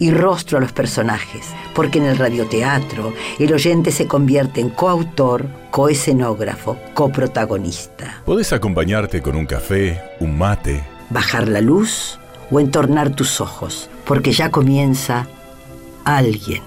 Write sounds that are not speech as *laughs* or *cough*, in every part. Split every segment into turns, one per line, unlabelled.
y rostro a los personajes, porque en el radioteatro el oyente se convierte en coautor, coescenógrafo, coprotagonista.
Podés acompañarte con un café, un mate,
Bajar la luz o entornar tus ojos, porque ya comienza alguien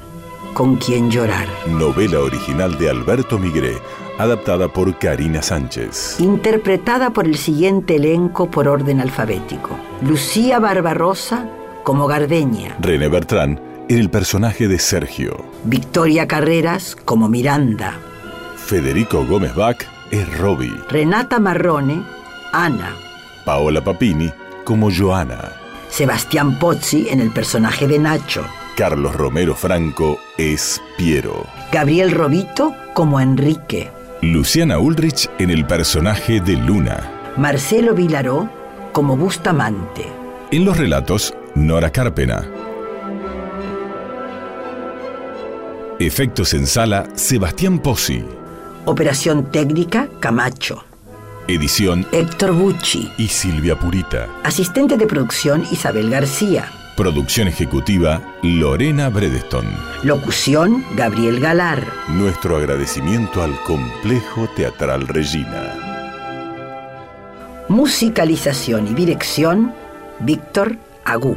con quien llorar.
novela original de Alberto Migré, adaptada por Karina Sánchez.
interpretada por el siguiente elenco por orden alfabético. Lucía Barbarosa como Gardeña,
René Bertrán en el personaje de Sergio.
Victoria Carreras como Miranda,
Federico Gómez Bach es Robbie.
Renata Marrone, Ana,
Paola Papini como Joana.
Sebastián Pozzi en el personaje de Nacho,
Carlos Romero Franco es Piero.
Gabriel Robito como Enrique,
Luciana Ulrich en el personaje de Luna.
Marcelo Vilaró como Bustamante,
En los relatos, Nora Carpena. Efectos en sala, Sebastián Pozzi.
Operación Técnica Camacho,
Edición
Héctor Bucci,
y Silvia Purita.
asistente de producción Isabel García,
Producción ejecutiva, Lorena Bredeston.
locución Gabriel Galar.
Nuestro agradecimiento al Complejo Teatral Regina.
Musicalización y dirección, Víctor Agú.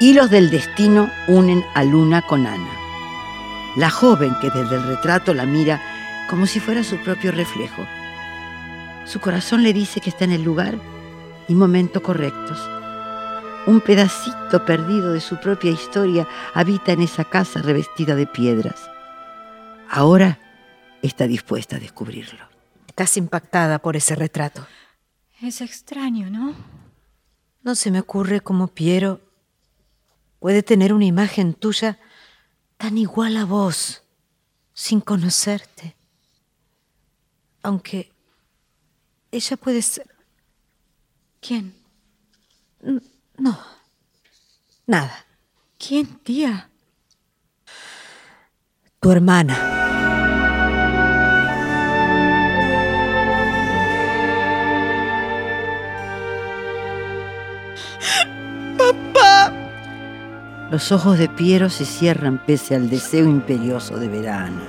Hilos del destino unen a Luna con Ana. La joven que desde el retrato la mira como si fuera su propio reflejo. Su corazón le dice que está en el lugar y momento correctos. Un pedacito perdido de su propia historia habita en esa casa revestida de piedras. Ahora está dispuesta a descubrirlo.
Estás impactada por ese retrato.
Es extraño, ¿no?
No se me ocurre cómo Piero puede tener una imagen tuya tan igual a vos, sin conocerte. Aunque ella puede ser...
¿Quién?
No. Nada.
¿Quién, tía?
Tu hermana.
Los ojos de Piero se cierran pese al deseo imperioso de ver a Ana.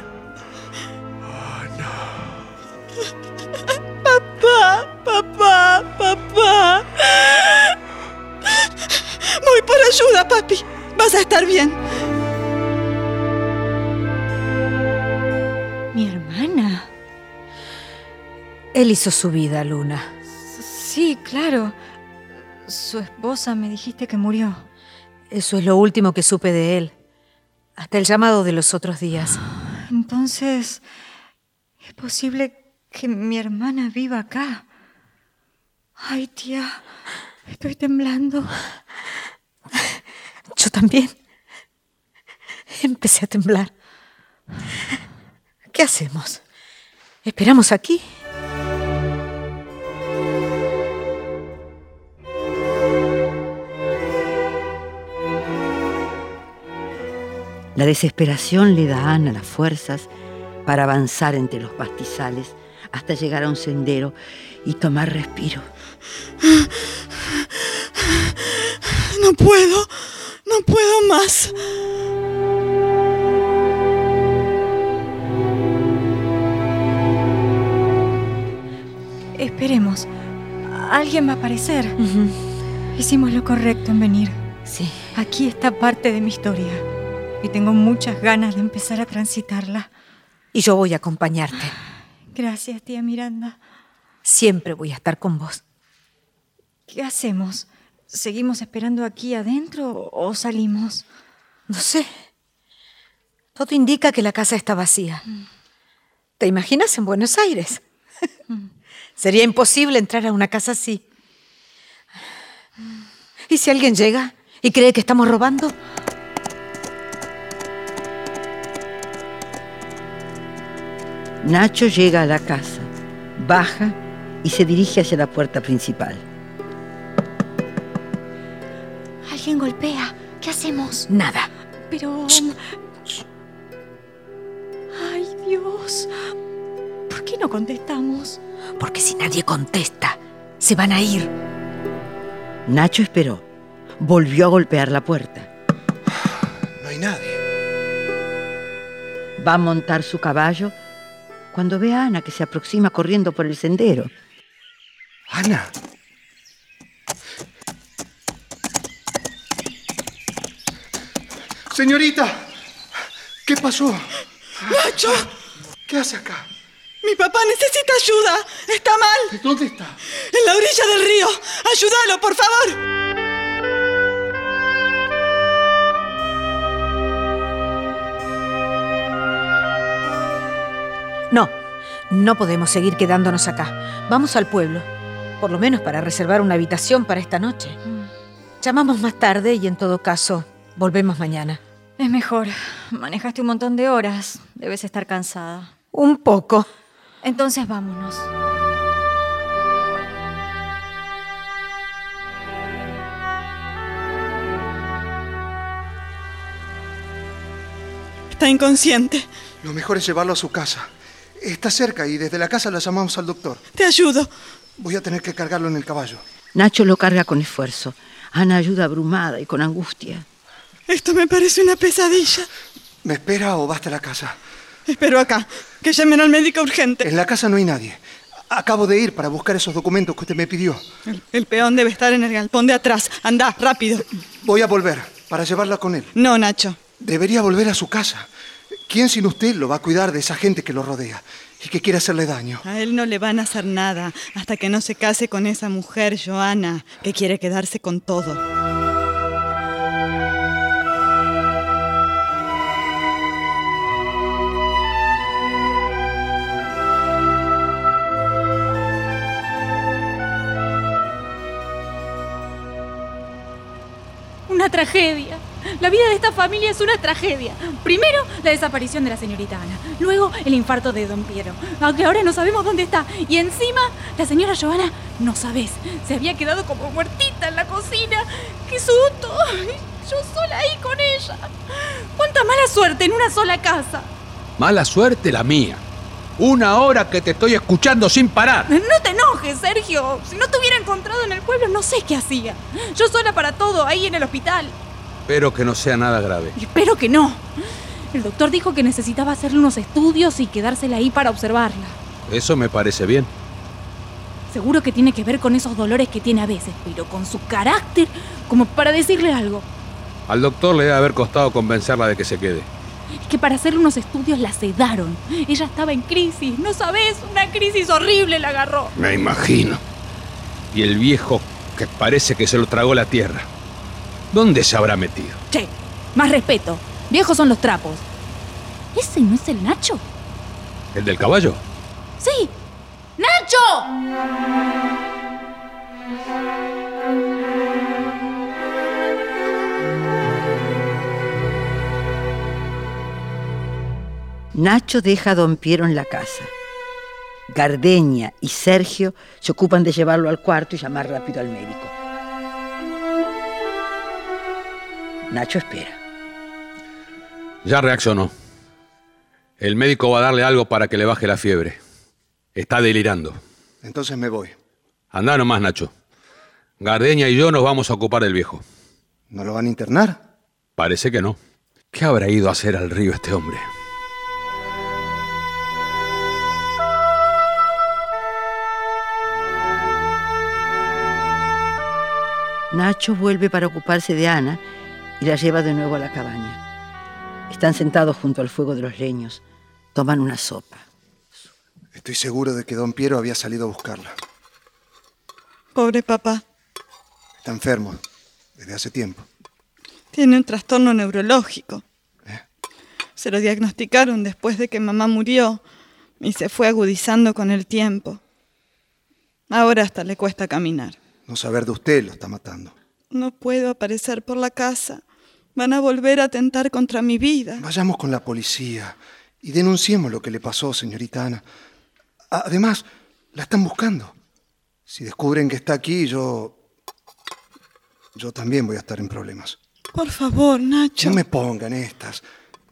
Papá, papá. Voy por ayuda, papi. Vas a estar bien.
Mi hermana.
Él hizo su vida, Luna.
Sí, claro. Su esposa me dijiste que murió.
Eso es lo último que supe de él. Hasta el llamado de los otros días.
Entonces, ¿es posible que mi hermana viva acá? Ay, tía, estoy temblando.
Yo también. Empecé a temblar. ¿Qué hacemos? ¿Esperamos aquí?
La desesperación le da a Ana las fuerzas para avanzar entre los pastizales hasta llegar a un sendero y tomar respiro.
No puedo. No puedo más.
Esperemos. Alguien va a aparecer. Hicimos lo correcto en venir.
Sí.
Aquí está parte de mi historia. Y tengo muchas ganas de empezar a transitarla.
Y yo voy a acompañarte.
Gracias, tía Miranda.
Siempre voy a estar con vos.
¿Qué hacemos? ¿Seguimos esperando aquí adentro o salimos?
No sé. Todo indica que la casa está vacía. ¿Te imaginas en Buenos Aires? *laughs* Sería imposible entrar a una casa así. ¿Y si alguien llega y cree que estamos robando?
Nacho llega a la casa, baja y se dirige hacia la puerta principal.
Alguien golpea. ¿Qué hacemos?
Nada.
Pero... Ay, Dios. ¿Por qué no contestamos?
Porque si nadie contesta, se van a ir.
Nacho esperó. Volvió a golpear la puerta.
No hay nadie.
Va a montar su caballo cuando ve a Ana que se aproxima corriendo por el sendero.
Ana. Señorita, ¿qué pasó?
¡Nacho!
¿Qué hace acá?
Mi papá necesita ayuda. Está mal.
¿Dónde está?
En la orilla del río. Ayúdalo, por favor.
No, no podemos seguir quedándonos acá. Vamos al pueblo, por lo menos para reservar una habitación para esta noche.
Mm,
Llamamos más tarde y en todo caso, volvemos mañana.
Es mejor. Manejaste un montón de horas. Debes estar cansada.
Un poco.
Entonces vámonos.
Está inconsciente.
Lo mejor es llevarlo a su casa. Está cerca y desde la casa la llamamos al doctor.
Te ayudo.
Voy a tener que cargarlo en el caballo.
Nacho lo carga con esfuerzo. Ana ayuda abrumada y con angustia.
Esto me parece una pesadilla.
¿Me espera o basta la casa?
Espero acá. Que llamen al médico urgente.
En la casa no hay nadie. Acabo de ir para buscar esos documentos que usted me pidió.
El, el peón debe estar en el galpón de atrás. Anda, rápido.
Voy a volver para llevarla con él.
No, Nacho.
Debería volver a su casa. ¿Quién sin usted lo va a cuidar de esa gente que lo rodea y que quiere hacerle daño?
A él no le van a hacer nada hasta que no se case con esa mujer, Joana, que quiere quedarse con todo.
Una tragedia. La vida de esta familia es una tragedia. Primero, la desaparición de la señorita Ana. Luego, el infarto de don Piero. Aunque ahora no sabemos dónde está. Y encima, la señora Giovanna, no sabes, se había quedado como muertita en la cocina. ¡Qué susto! Yo sola ahí con ella. ¡Cuánta mala suerte en una sola casa!
Mala suerte la mía. Una hora que te estoy escuchando sin parar.
No te enojes, Sergio. Si no te hubiera encontrado en el pueblo, no sé qué hacía. Yo sola para todo, ahí en el hospital.
Espero que no sea nada grave.
Espero que no. El doctor dijo que necesitaba hacerle unos estudios y quedársela ahí para observarla.
Eso me parece bien.
Seguro que tiene que ver con esos dolores que tiene a veces, pero con su carácter, como para decirle algo.
Al doctor le debe haber costado convencerla de que se quede.
Es que para hacerle unos estudios la sedaron. Ella estaba en crisis, no sabes, una crisis horrible la agarró.
Me imagino. Y el viejo que parece que se lo tragó la tierra. ¿Dónde se habrá metido?
Che, más respeto. Viejos son los trapos. ¿Ese no es el Nacho?
¿El del caballo?
Sí. ¡Nacho!
Nacho deja a don Piero en la casa. Gardeña y Sergio se ocupan de llevarlo al cuarto y llamar rápido al médico. Nacho espera.
Ya reaccionó. El médico va a darle algo para que le baje la fiebre. Está delirando.
Entonces me voy.
Andá nomás, Nacho. Gardeña y yo nos vamos a ocupar del viejo.
¿No lo van a internar?
Parece que no. ¿Qué habrá ido a hacer al río este hombre?
Nacho vuelve para ocuparse de Ana y la lleva de nuevo a la cabaña. Están sentados junto al fuego de los leños. Toman una sopa.
Estoy seguro de que don Piero había salido a buscarla.
Pobre papá.
Está enfermo desde hace tiempo.
Tiene un trastorno neurológico. Se lo diagnosticaron después de que mamá murió y se fue agudizando con el tiempo. Ahora hasta le cuesta caminar.
No saber de usted lo está matando.
No puedo aparecer por la casa. Van a volver a atentar contra mi vida.
Vayamos con la policía y denunciemos lo que le pasó, señorita Ana. A- Además, la están buscando. Si descubren que está aquí, yo... Yo también voy a estar en problemas.
Por favor, Nacho.
No me pongan estas.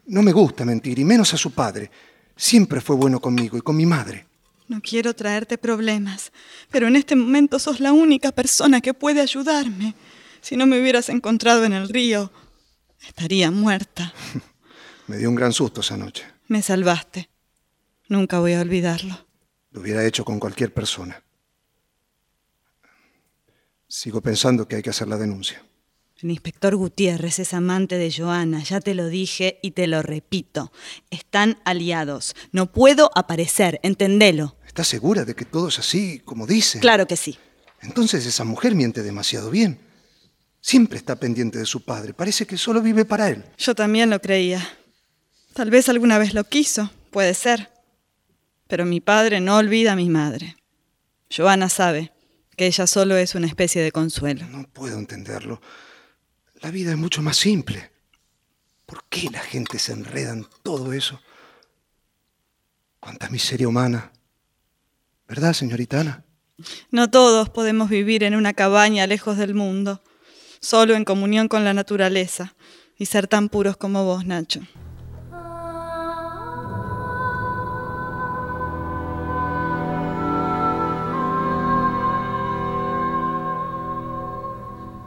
No me gusta mentir, y menos a su padre. Siempre fue bueno conmigo y con mi madre.
No quiero traerte problemas, pero en este momento sos la única persona que puede ayudarme. Si no me hubieras encontrado en el río, estaría muerta.
Me dio un gran susto esa noche.
Me salvaste. Nunca voy a olvidarlo.
Lo hubiera hecho con cualquier persona. Sigo pensando que hay que hacer la denuncia.
El inspector Gutiérrez es amante de Joana, ya te lo dije y te lo repito. Están aliados. No puedo aparecer, entendelo.
¿Estás segura de que todo es así como dice?
Claro que sí.
Entonces esa mujer miente demasiado bien. Siempre está pendiente de su padre. Parece que solo vive para él.
Yo también lo creía. Tal vez alguna vez lo quiso, puede ser. Pero mi padre no olvida a mi madre. Joana sabe que ella solo es una especie de consuelo.
No puedo entenderlo. La vida es mucho más simple. ¿Por qué la gente se enreda en todo eso? Cuánta miseria humana. ¿Verdad, señorita Ana?
No todos podemos vivir en una cabaña lejos del mundo, solo en comunión con la naturaleza y ser tan puros como vos, Nacho.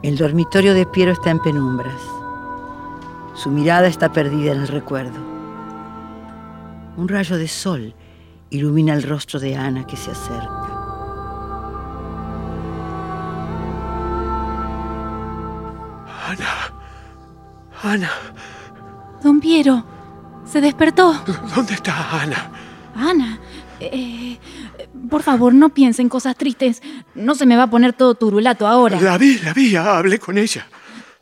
El dormitorio de Piero está en penumbras. Su mirada está perdida en el recuerdo. Un rayo de sol ilumina el rostro de Ana que se acerca.
Ana,
Don Piero, se despertó.
¿dónde está Ana?
Ana, eh, eh, por favor, no piense en cosas tristes. No se me va a poner todo turulato ahora.
La vi, la vi, ah, hablé con ella.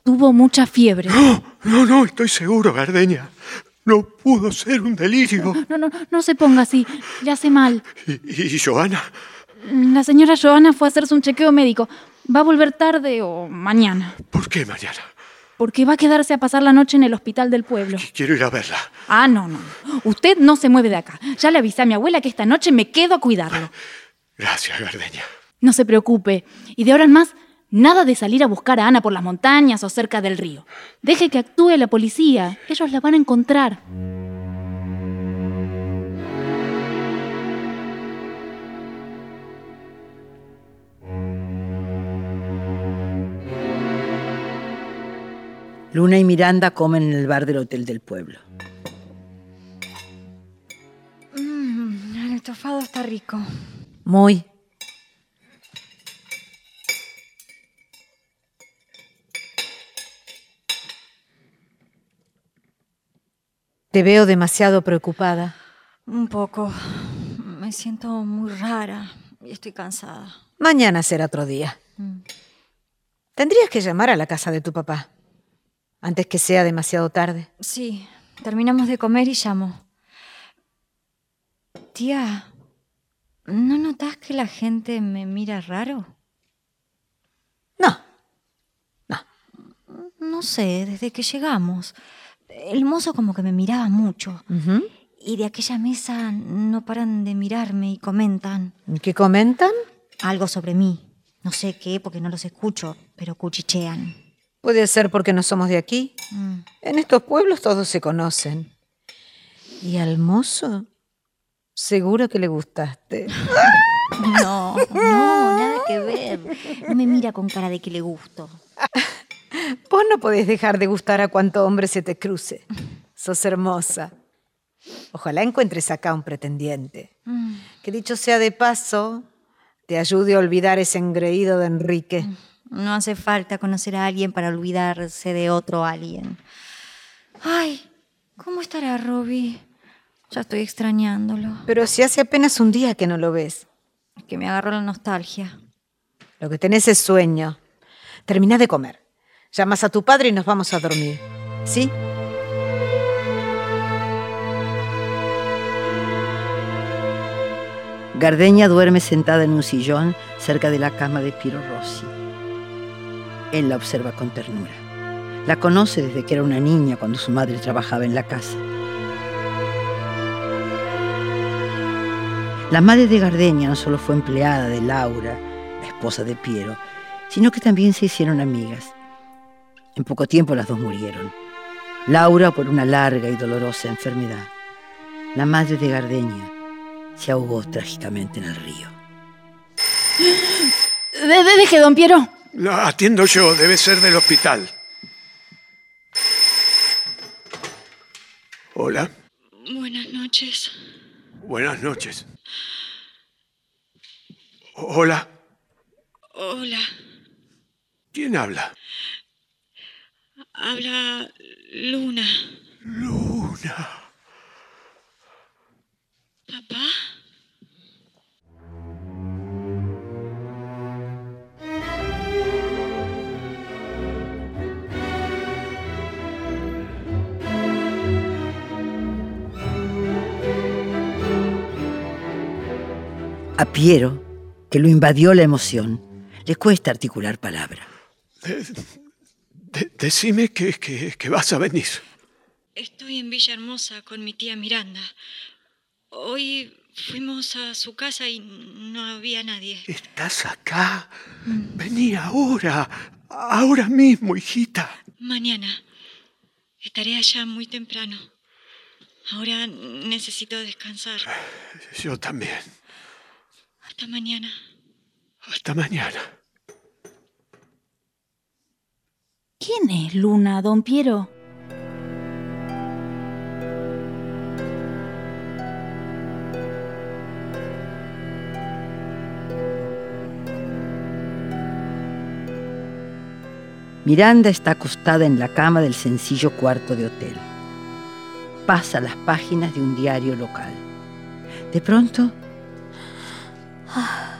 Tuvo mucha fiebre.
No, no, no, estoy seguro, Gardeña. No pudo ser un delirio.
No, no, no se ponga así. Le hace mal.
¿Y, y Joana?
La señora Joana fue a hacerse un chequeo médico. Va a volver tarde o mañana,
¿Por qué mañana?
porque va a quedarse a pasar la noche en el hospital del pueblo.
Que Quiero ir a verla.
Ah, no, no. Usted no se mueve de acá. Ya le avisé a mi abuela que esta noche me quedo a cuidarlo.
Gracias, Gardeña.
No se preocupe. Y de ahora en más, nada de salir a buscar a Ana por las montañas o cerca del río. Deje que actúe la policía. Ellos la van a encontrar.
Luna y Miranda comen en el bar del Hotel del Pueblo.
Mm,
El estofado está rico.
Muy. Te veo demasiado preocupada.
Un poco. Me siento muy rara y estoy cansada.
Mañana será otro día. Tendrías que llamar a la casa de tu papá. Antes que sea demasiado tarde.
Sí, terminamos de comer y llamo. Tía, ¿no notas que la gente me mira raro?
No.
No sé, desde que llegamos. El mozo como que me miraba mucho. Y de aquella mesa no paran de mirarme y comentan
¿Qué comentan?
algo sobre mí. No sé qué, porque no los escucho, pero cuchichean.
Puede ser porque no somos de aquí.
Mm.
En estos pueblos todos se conocen. ¿Y al mozo? Seguro que le gustaste.
*laughs* No, no, nada que ver. No me mira con cara de que le gusto.
*laughs* Vos no podés dejar de gustar a cuanto hombre se te cruce. Sos hermosa. Ojalá encuentres acá un pretendiente.
Mm.
Que dicho sea de paso, te ayude a olvidar ese engreído de Enrique.
Mm, No hace falta conocer a alguien para olvidarse de otro alguien. Ay, ¿cómo estará Robbie? Ya estoy extrañándolo.
Pero si hace apenas un día que no lo ves.
Es que me agarró la nostalgia.
Lo que tenés es sueño. Termina de comer. Llamas a tu padre y nos vamos a dormir. ¿Sí?
Gardeña duerme sentada en un sillón cerca de la cama de Piero Rossi. Él la observa con ternura. La conoce desde que era una niña cuando su madre trabajaba en la casa. La madre de Gardeña no solo fue empleada de Laura, la esposa de Piero, sino que también se hicieron amigas. En poco tiempo las dos murieron. Laura por una larga y dolorosa enfermedad. La madre de Gardeña se ahogó trágicamente en el río.
De- de- deje, don Piero.
La atiendo yo, debe ser del hospital. Hola,
Buenas noches.
buenas noches. O- Hola,
Hola.
¿quién habla?
Habla Luna.
Luna.
¿Papá?
A Piero, que lo invadió la emoción, le cuesta articular palabra.
De- de- decime que, que- que vas a venir.
Estoy en Villa Hermosa con mi tía Miranda. Hoy fuimos a su casa y no había nadie.
¿Estás acá? Vení ahora, ahora mismo, hijita.
Mañana. Estaré allá muy temprano. Ahora necesito descansar.
Yo también.
Hasta mañana.
Hasta mañana.
¿Quién es Luna, don Piero?
Miranda está acostada en la cama del sencillo cuarto de hotel. Pasa las páginas de un diario local. De pronto,
Ah,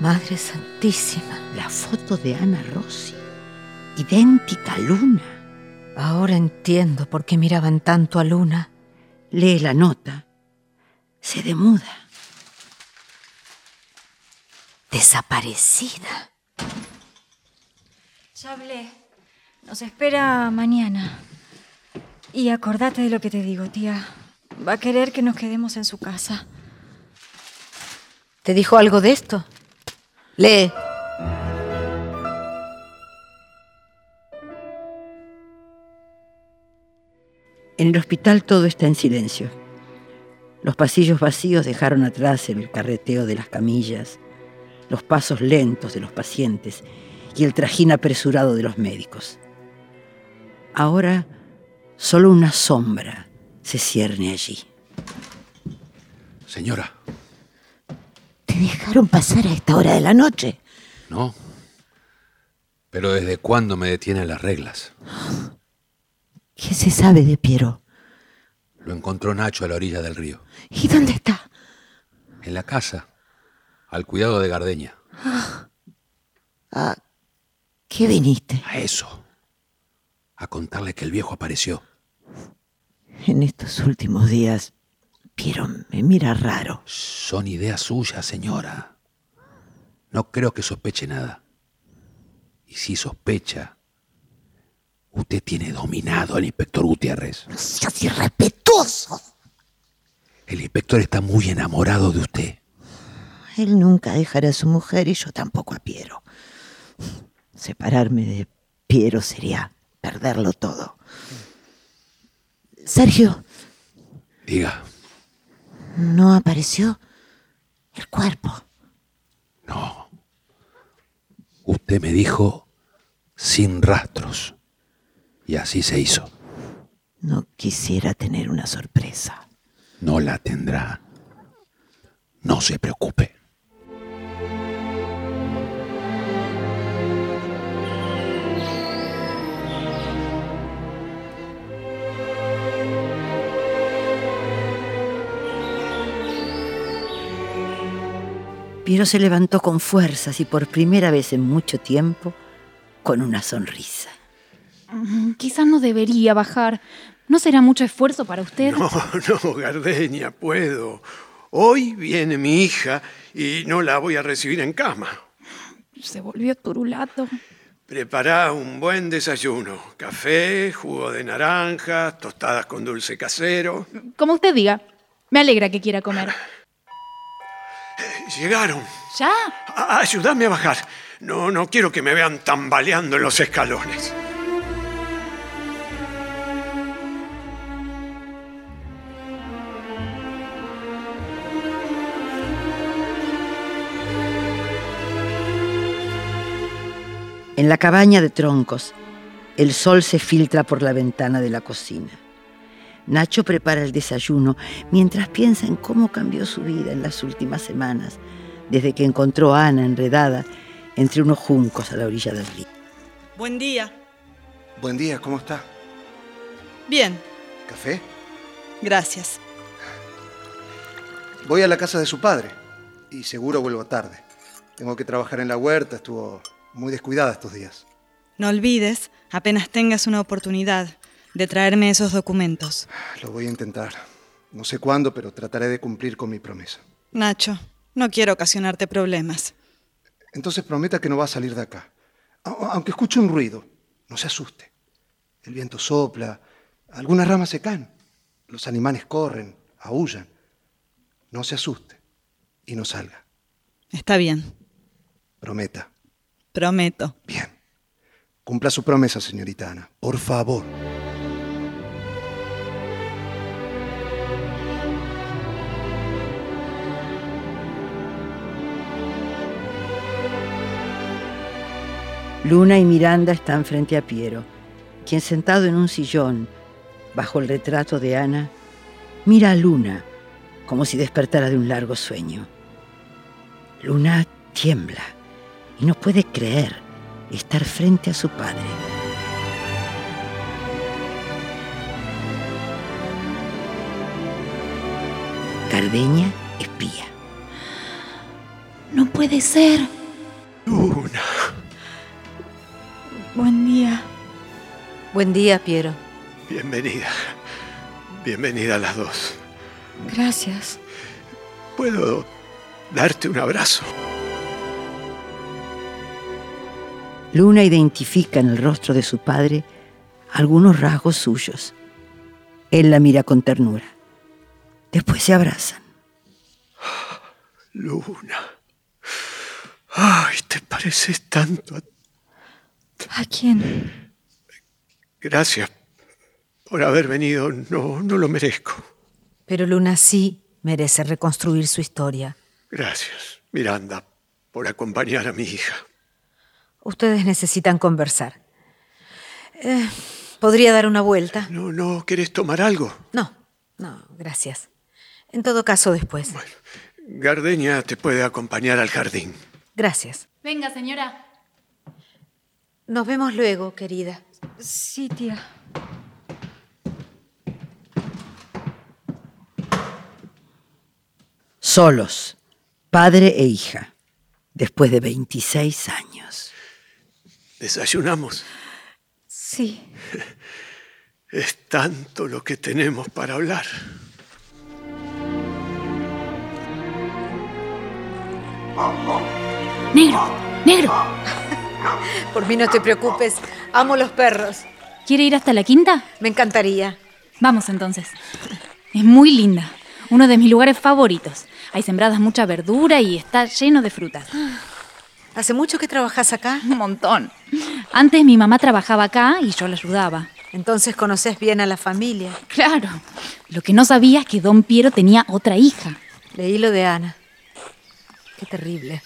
Madre Santísima.
la foto de Ana Rossi, idéntica a Luna.
Ahora entiendo por qué miraban tanto a Luna.
Lee la nota. Se demuda.
Desaparecida.
Ya hablé. Nos espera mañana. Y acordate de lo que te digo, tía. Va a querer que nos quedemos en su casa.
¿Te dijo algo de esto? Lee.
En el hospital todo está en silencio. Los pasillos vacíos dejaron atrás el carreteo de las camillas, los pasos lentos de los pacientes y el trajín apresurado de los médicos. Ahora solo una sombra se cierne allí.
Señora,
¿Te dejaron pasar a esta hora de la noche?
no. Pero ¿desde cuándo me detienen las reglas?
¿Qué se sabe de Piero?
Lo encontró Nacho a la orilla del río.
¿Y dónde está?
En la casa, al cuidado de Gardeña.
Ah, ¿A qué viniste?
A eso. A contarle que el viejo apareció.
En estos últimos días, Piero me mira raro.
Son ideas suyas, señora. No creo que sospeche nada. Y si sospecha, usted tiene dominado al inspector Gutiérrez.
¡No seas irrespetuoso!
El inspector está muy enamorado de usted.
Él nunca dejará a su mujer y yo tampoco a Piero. Separarme de Piero sería perderlo todo. Sergio,
Diga,
¿no apareció el cuerpo?
no. Usted me dijo sin rastros. Y así se hizo.
No quisiera tener una sorpresa.
No la tendrá. No se preocupe.
Piero se levantó con fuerzas y por primera vez en mucho tiempo con una sonrisa.
Mm, Quizás no debería bajar. ¿No será mucho esfuerzo para usted?
No, no, Gardeña, puedo. Hoy viene mi hija y no la voy a recibir en cama.
Se volvió turulato.
Prepará un buen desayuno. Café, jugo de naranja, tostadas con dulce casero.
Como usted diga, me alegra que quiera comer.
Llegaron.
¿Ya?
A- ayúdame a bajar. No, no quiero que me vean tambaleando en los escalones.
En la cabaña de troncos, el sol se filtra por la ventana de la cocina. Nacho prepara el desayuno mientras piensa en cómo cambió su vida en las últimas semanas, desde que encontró a Ana enredada entre unos juncos a la orilla del río.
Buen día.
Buen día, ¿cómo está?
Bien,
¿Café?
gracias.
Voy a la casa de su padre y seguro vuelvo tarde. Tengo que trabajar en la huerta, estuvo muy descuidada estos días.
No olvides, apenas tengas una oportunidad, de traerme esos documentos.
Lo voy a intentar. No sé cuándo, pero trataré de cumplir con mi promesa.
Nacho, no quiero ocasionarte problemas.
Entonces prometa que no va a salir de acá. A- Aunque escuche un ruido, no se asuste. El viento sopla, algunas ramas se caen, los animales corren, aullan. No se asuste y no salga.
Está bien,
Prometa.
prometo.
Cumpla su promesa, señorita Ana. Por favor.
Luna y Miranda están frente a Piero, quien sentado en un sillón, bajo el retrato de Ana, mira a Luna como si despertara de un largo sueño. Luna tiembla y no puede creer estar frente a su padre. Cardeña espía.
No puede ser.
Luna.
Buen día.
Buen día, Piero.
Bienvenida. Bienvenida a las dos.
Gracias.
¿Puedo darte un abrazo?
Luna identifica en el rostro de su padre algunos rasgos suyos. Él la mira con ternura. Después se abrazan.
Luna. Ay, te pareces tanto a
¿A quién?
Gracias por haber venido. No, no lo merezco.
Pero Luna sí merece reconstruir su historia.
Gracias, Miranda, por acompañar a mi hija.
Ustedes necesitan conversar. Eh, ¿Podría dar una vuelta?
No, no, ¿querés tomar algo?
No, no, gracias. En todo caso, después.
Gardeña te puede acompañar al jardín.
Gracias.
Venga, señora.
Nos vemos luego, querida.
Sí, tía.
Solos, padre e hija, después de 26 años.
Desayunamos. *laughs*
Sí.
Es tanto lo que tenemos para hablar.
Negro, negro.
*laughs* Por mí no te preocupes. Amo los perros.
¿Quiere ir hasta la quinta?
Me encantaría.
Vamos entonces. Es muy linda. Uno de mis lugares favoritos. Hay sembradas mucha verdura y está lleno de frutas.
¿Hace mucho que trabajas acá?
Un montón. Antes mi mamá trabajaba acá y yo la ayudaba.
Entonces conoces bien a la familia.
Claro. Lo que no sabía es que don Piero tenía otra hija.
Leí lo de Ana. Qué terrible.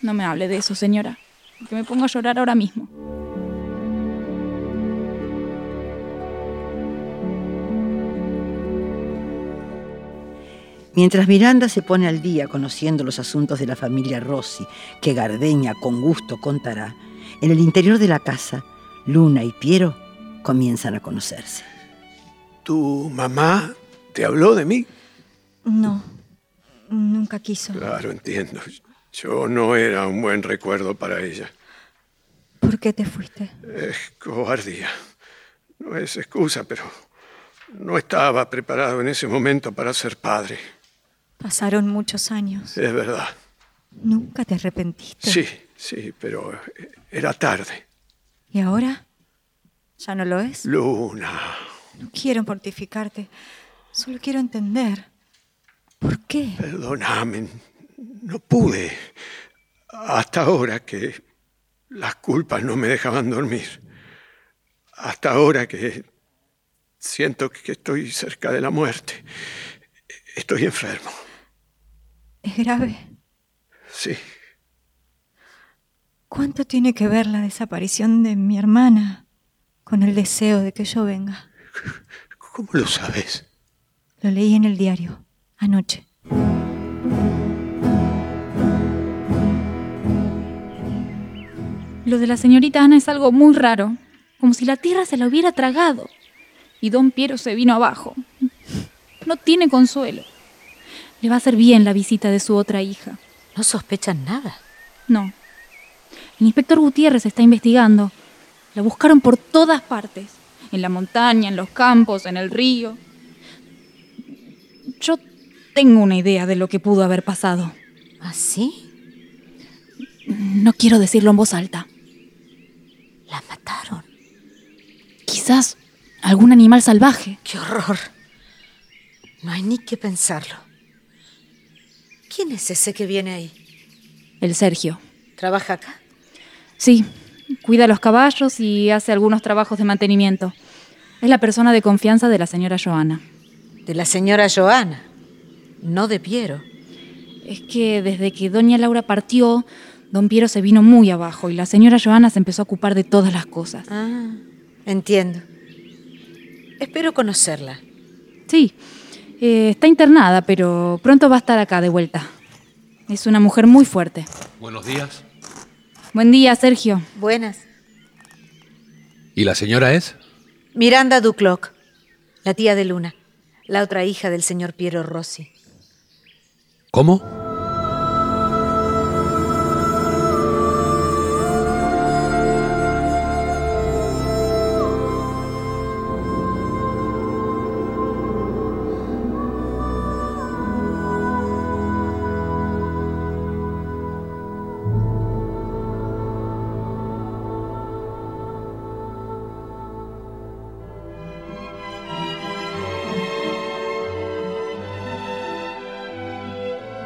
No me hable de eso, señora. Que me pongo a llorar ahora mismo.
Mientras Miranda se pone al día conociendo los asuntos de la familia Rossi, que Gardeña con gusto contará, en el interior de la casa, Luna y Piero comienzan a conocerse.
¿Tu mamá te habló de mí?
No, nunca quiso.
Claro, entiendo. Yo no era un buen recuerdo para ella.
¿Por qué te fuiste?
Es cobardía. No es excusa, pero no estaba preparado en ese momento para ser padre.
Pasaron muchos años.
Es verdad.
Nunca te arrepentiste.
Sí, sí, pero era tarde.
¿Y ahora? ¿Ya no lo es?
Luna.
No quiero mortificarte. Solo quiero entender. ¿Por qué?
Perdóname. No pude. Hasta ahora que las culpas no me dejaban dormir. Hasta ahora que siento que estoy cerca de la muerte. Estoy enfermo.
Es grave.
Sí.
¿Cuánto tiene que ver la desaparición de mi hermana con el deseo de que yo venga?
¿Cómo lo sabes?
Lo leí en el diario, anoche.
Lo de la señorita Ana es algo muy raro, como si la tierra se la hubiera tragado. Y don Piero se vino abajo. No tiene consuelo. Le va a hacer bien la visita de su otra hija.
No sospechan nada.
No. El inspector Gutiérrez está investigando. La buscaron por todas partes. En la montaña, en los campos, en el río. Yo tengo una idea de lo que pudo haber pasado.
¿Ah, sí?
No quiero decirlo en voz alta.
La mataron.
Quizás algún animal salvaje.
¡Qué horror! No hay ni que pensarlo. ¿Quién es ese que viene ahí?
El Sergio.
¿Trabaja acá?
Sí, cuida los caballos y hace algunos trabajos de mantenimiento. Es la persona de confianza de la señora Joana.
De la señora Joana, no de Piero.
Es que desde que doña Laura partió, don Piero se vino muy abajo y la señora Joana se empezó a ocupar de todas las cosas.
Ah, entiendo. Espero conocerla.
Sí, eh, está internada, pero pronto va a estar acá de vuelta. Es una mujer muy fuerte.
Buenos días.
Buen día, Sergio.
Buenas.
¿Y la señora es?
Miranda Ducloc, la tía de Luna, la otra hija del señor Piero Rossi.
¿Cómo?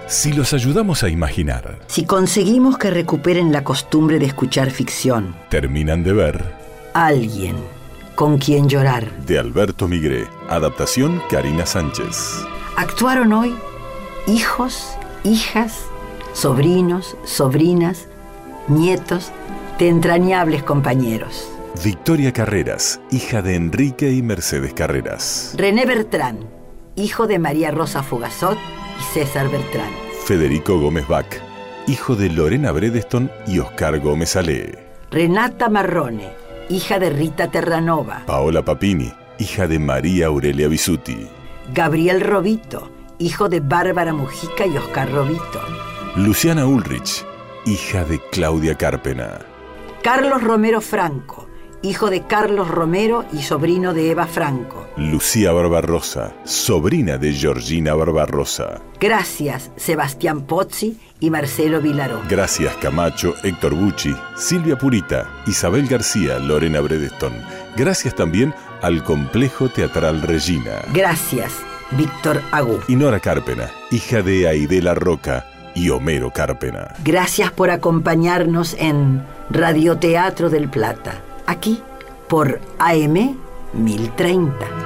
Si los ayudamos a imaginar,
Si conseguimos que recuperen la costumbre de escuchar ficción,
terminan de ver
alguien con quien llorar.
de Alberto Migré, adaptación Karina Sánchez.
Actuaron hoy hijos, hijas, sobrinos, sobrinas, nietos de entrañables compañeros.
Victoria Carreras, hija de Enrique y Mercedes Carreras.
René Bertrán, hijo de María Rosa Fugazot y César Bertrán.
Federico Gómez Bach, hijo de Lorena Bredeston y Oscar Gómez Ale.
Renata Marrone, hija de Rita Terranova.
Paola Papini, hija de María Aurelia Bisuti.
Gabriel Robito, hijo de Bárbara Mujica y Oscar Robito.
Luciana Ulrich, hija de Claudia Cárpena.
Carlos Romero Franco, hijo de Carlos Romero y sobrino de Eva Franco.
Lucía Barbarrosa, sobrina de Georgina Barbarrosa.
Gracias, Sebastián Pozzi y Marcelo Vilaró.
Gracias Camacho, Héctor Bucci, Silvia Purita, Isabel García, Lorena Bredeston. Gracias también al Complejo Teatral Regina.
Gracias, Víctor Agú.
Y Nora Cárpena, hija de Aidela Roca y Homero Cárpena.
Gracias por acompañarnos en Radioteatro del Plata, aquí por AM 1030.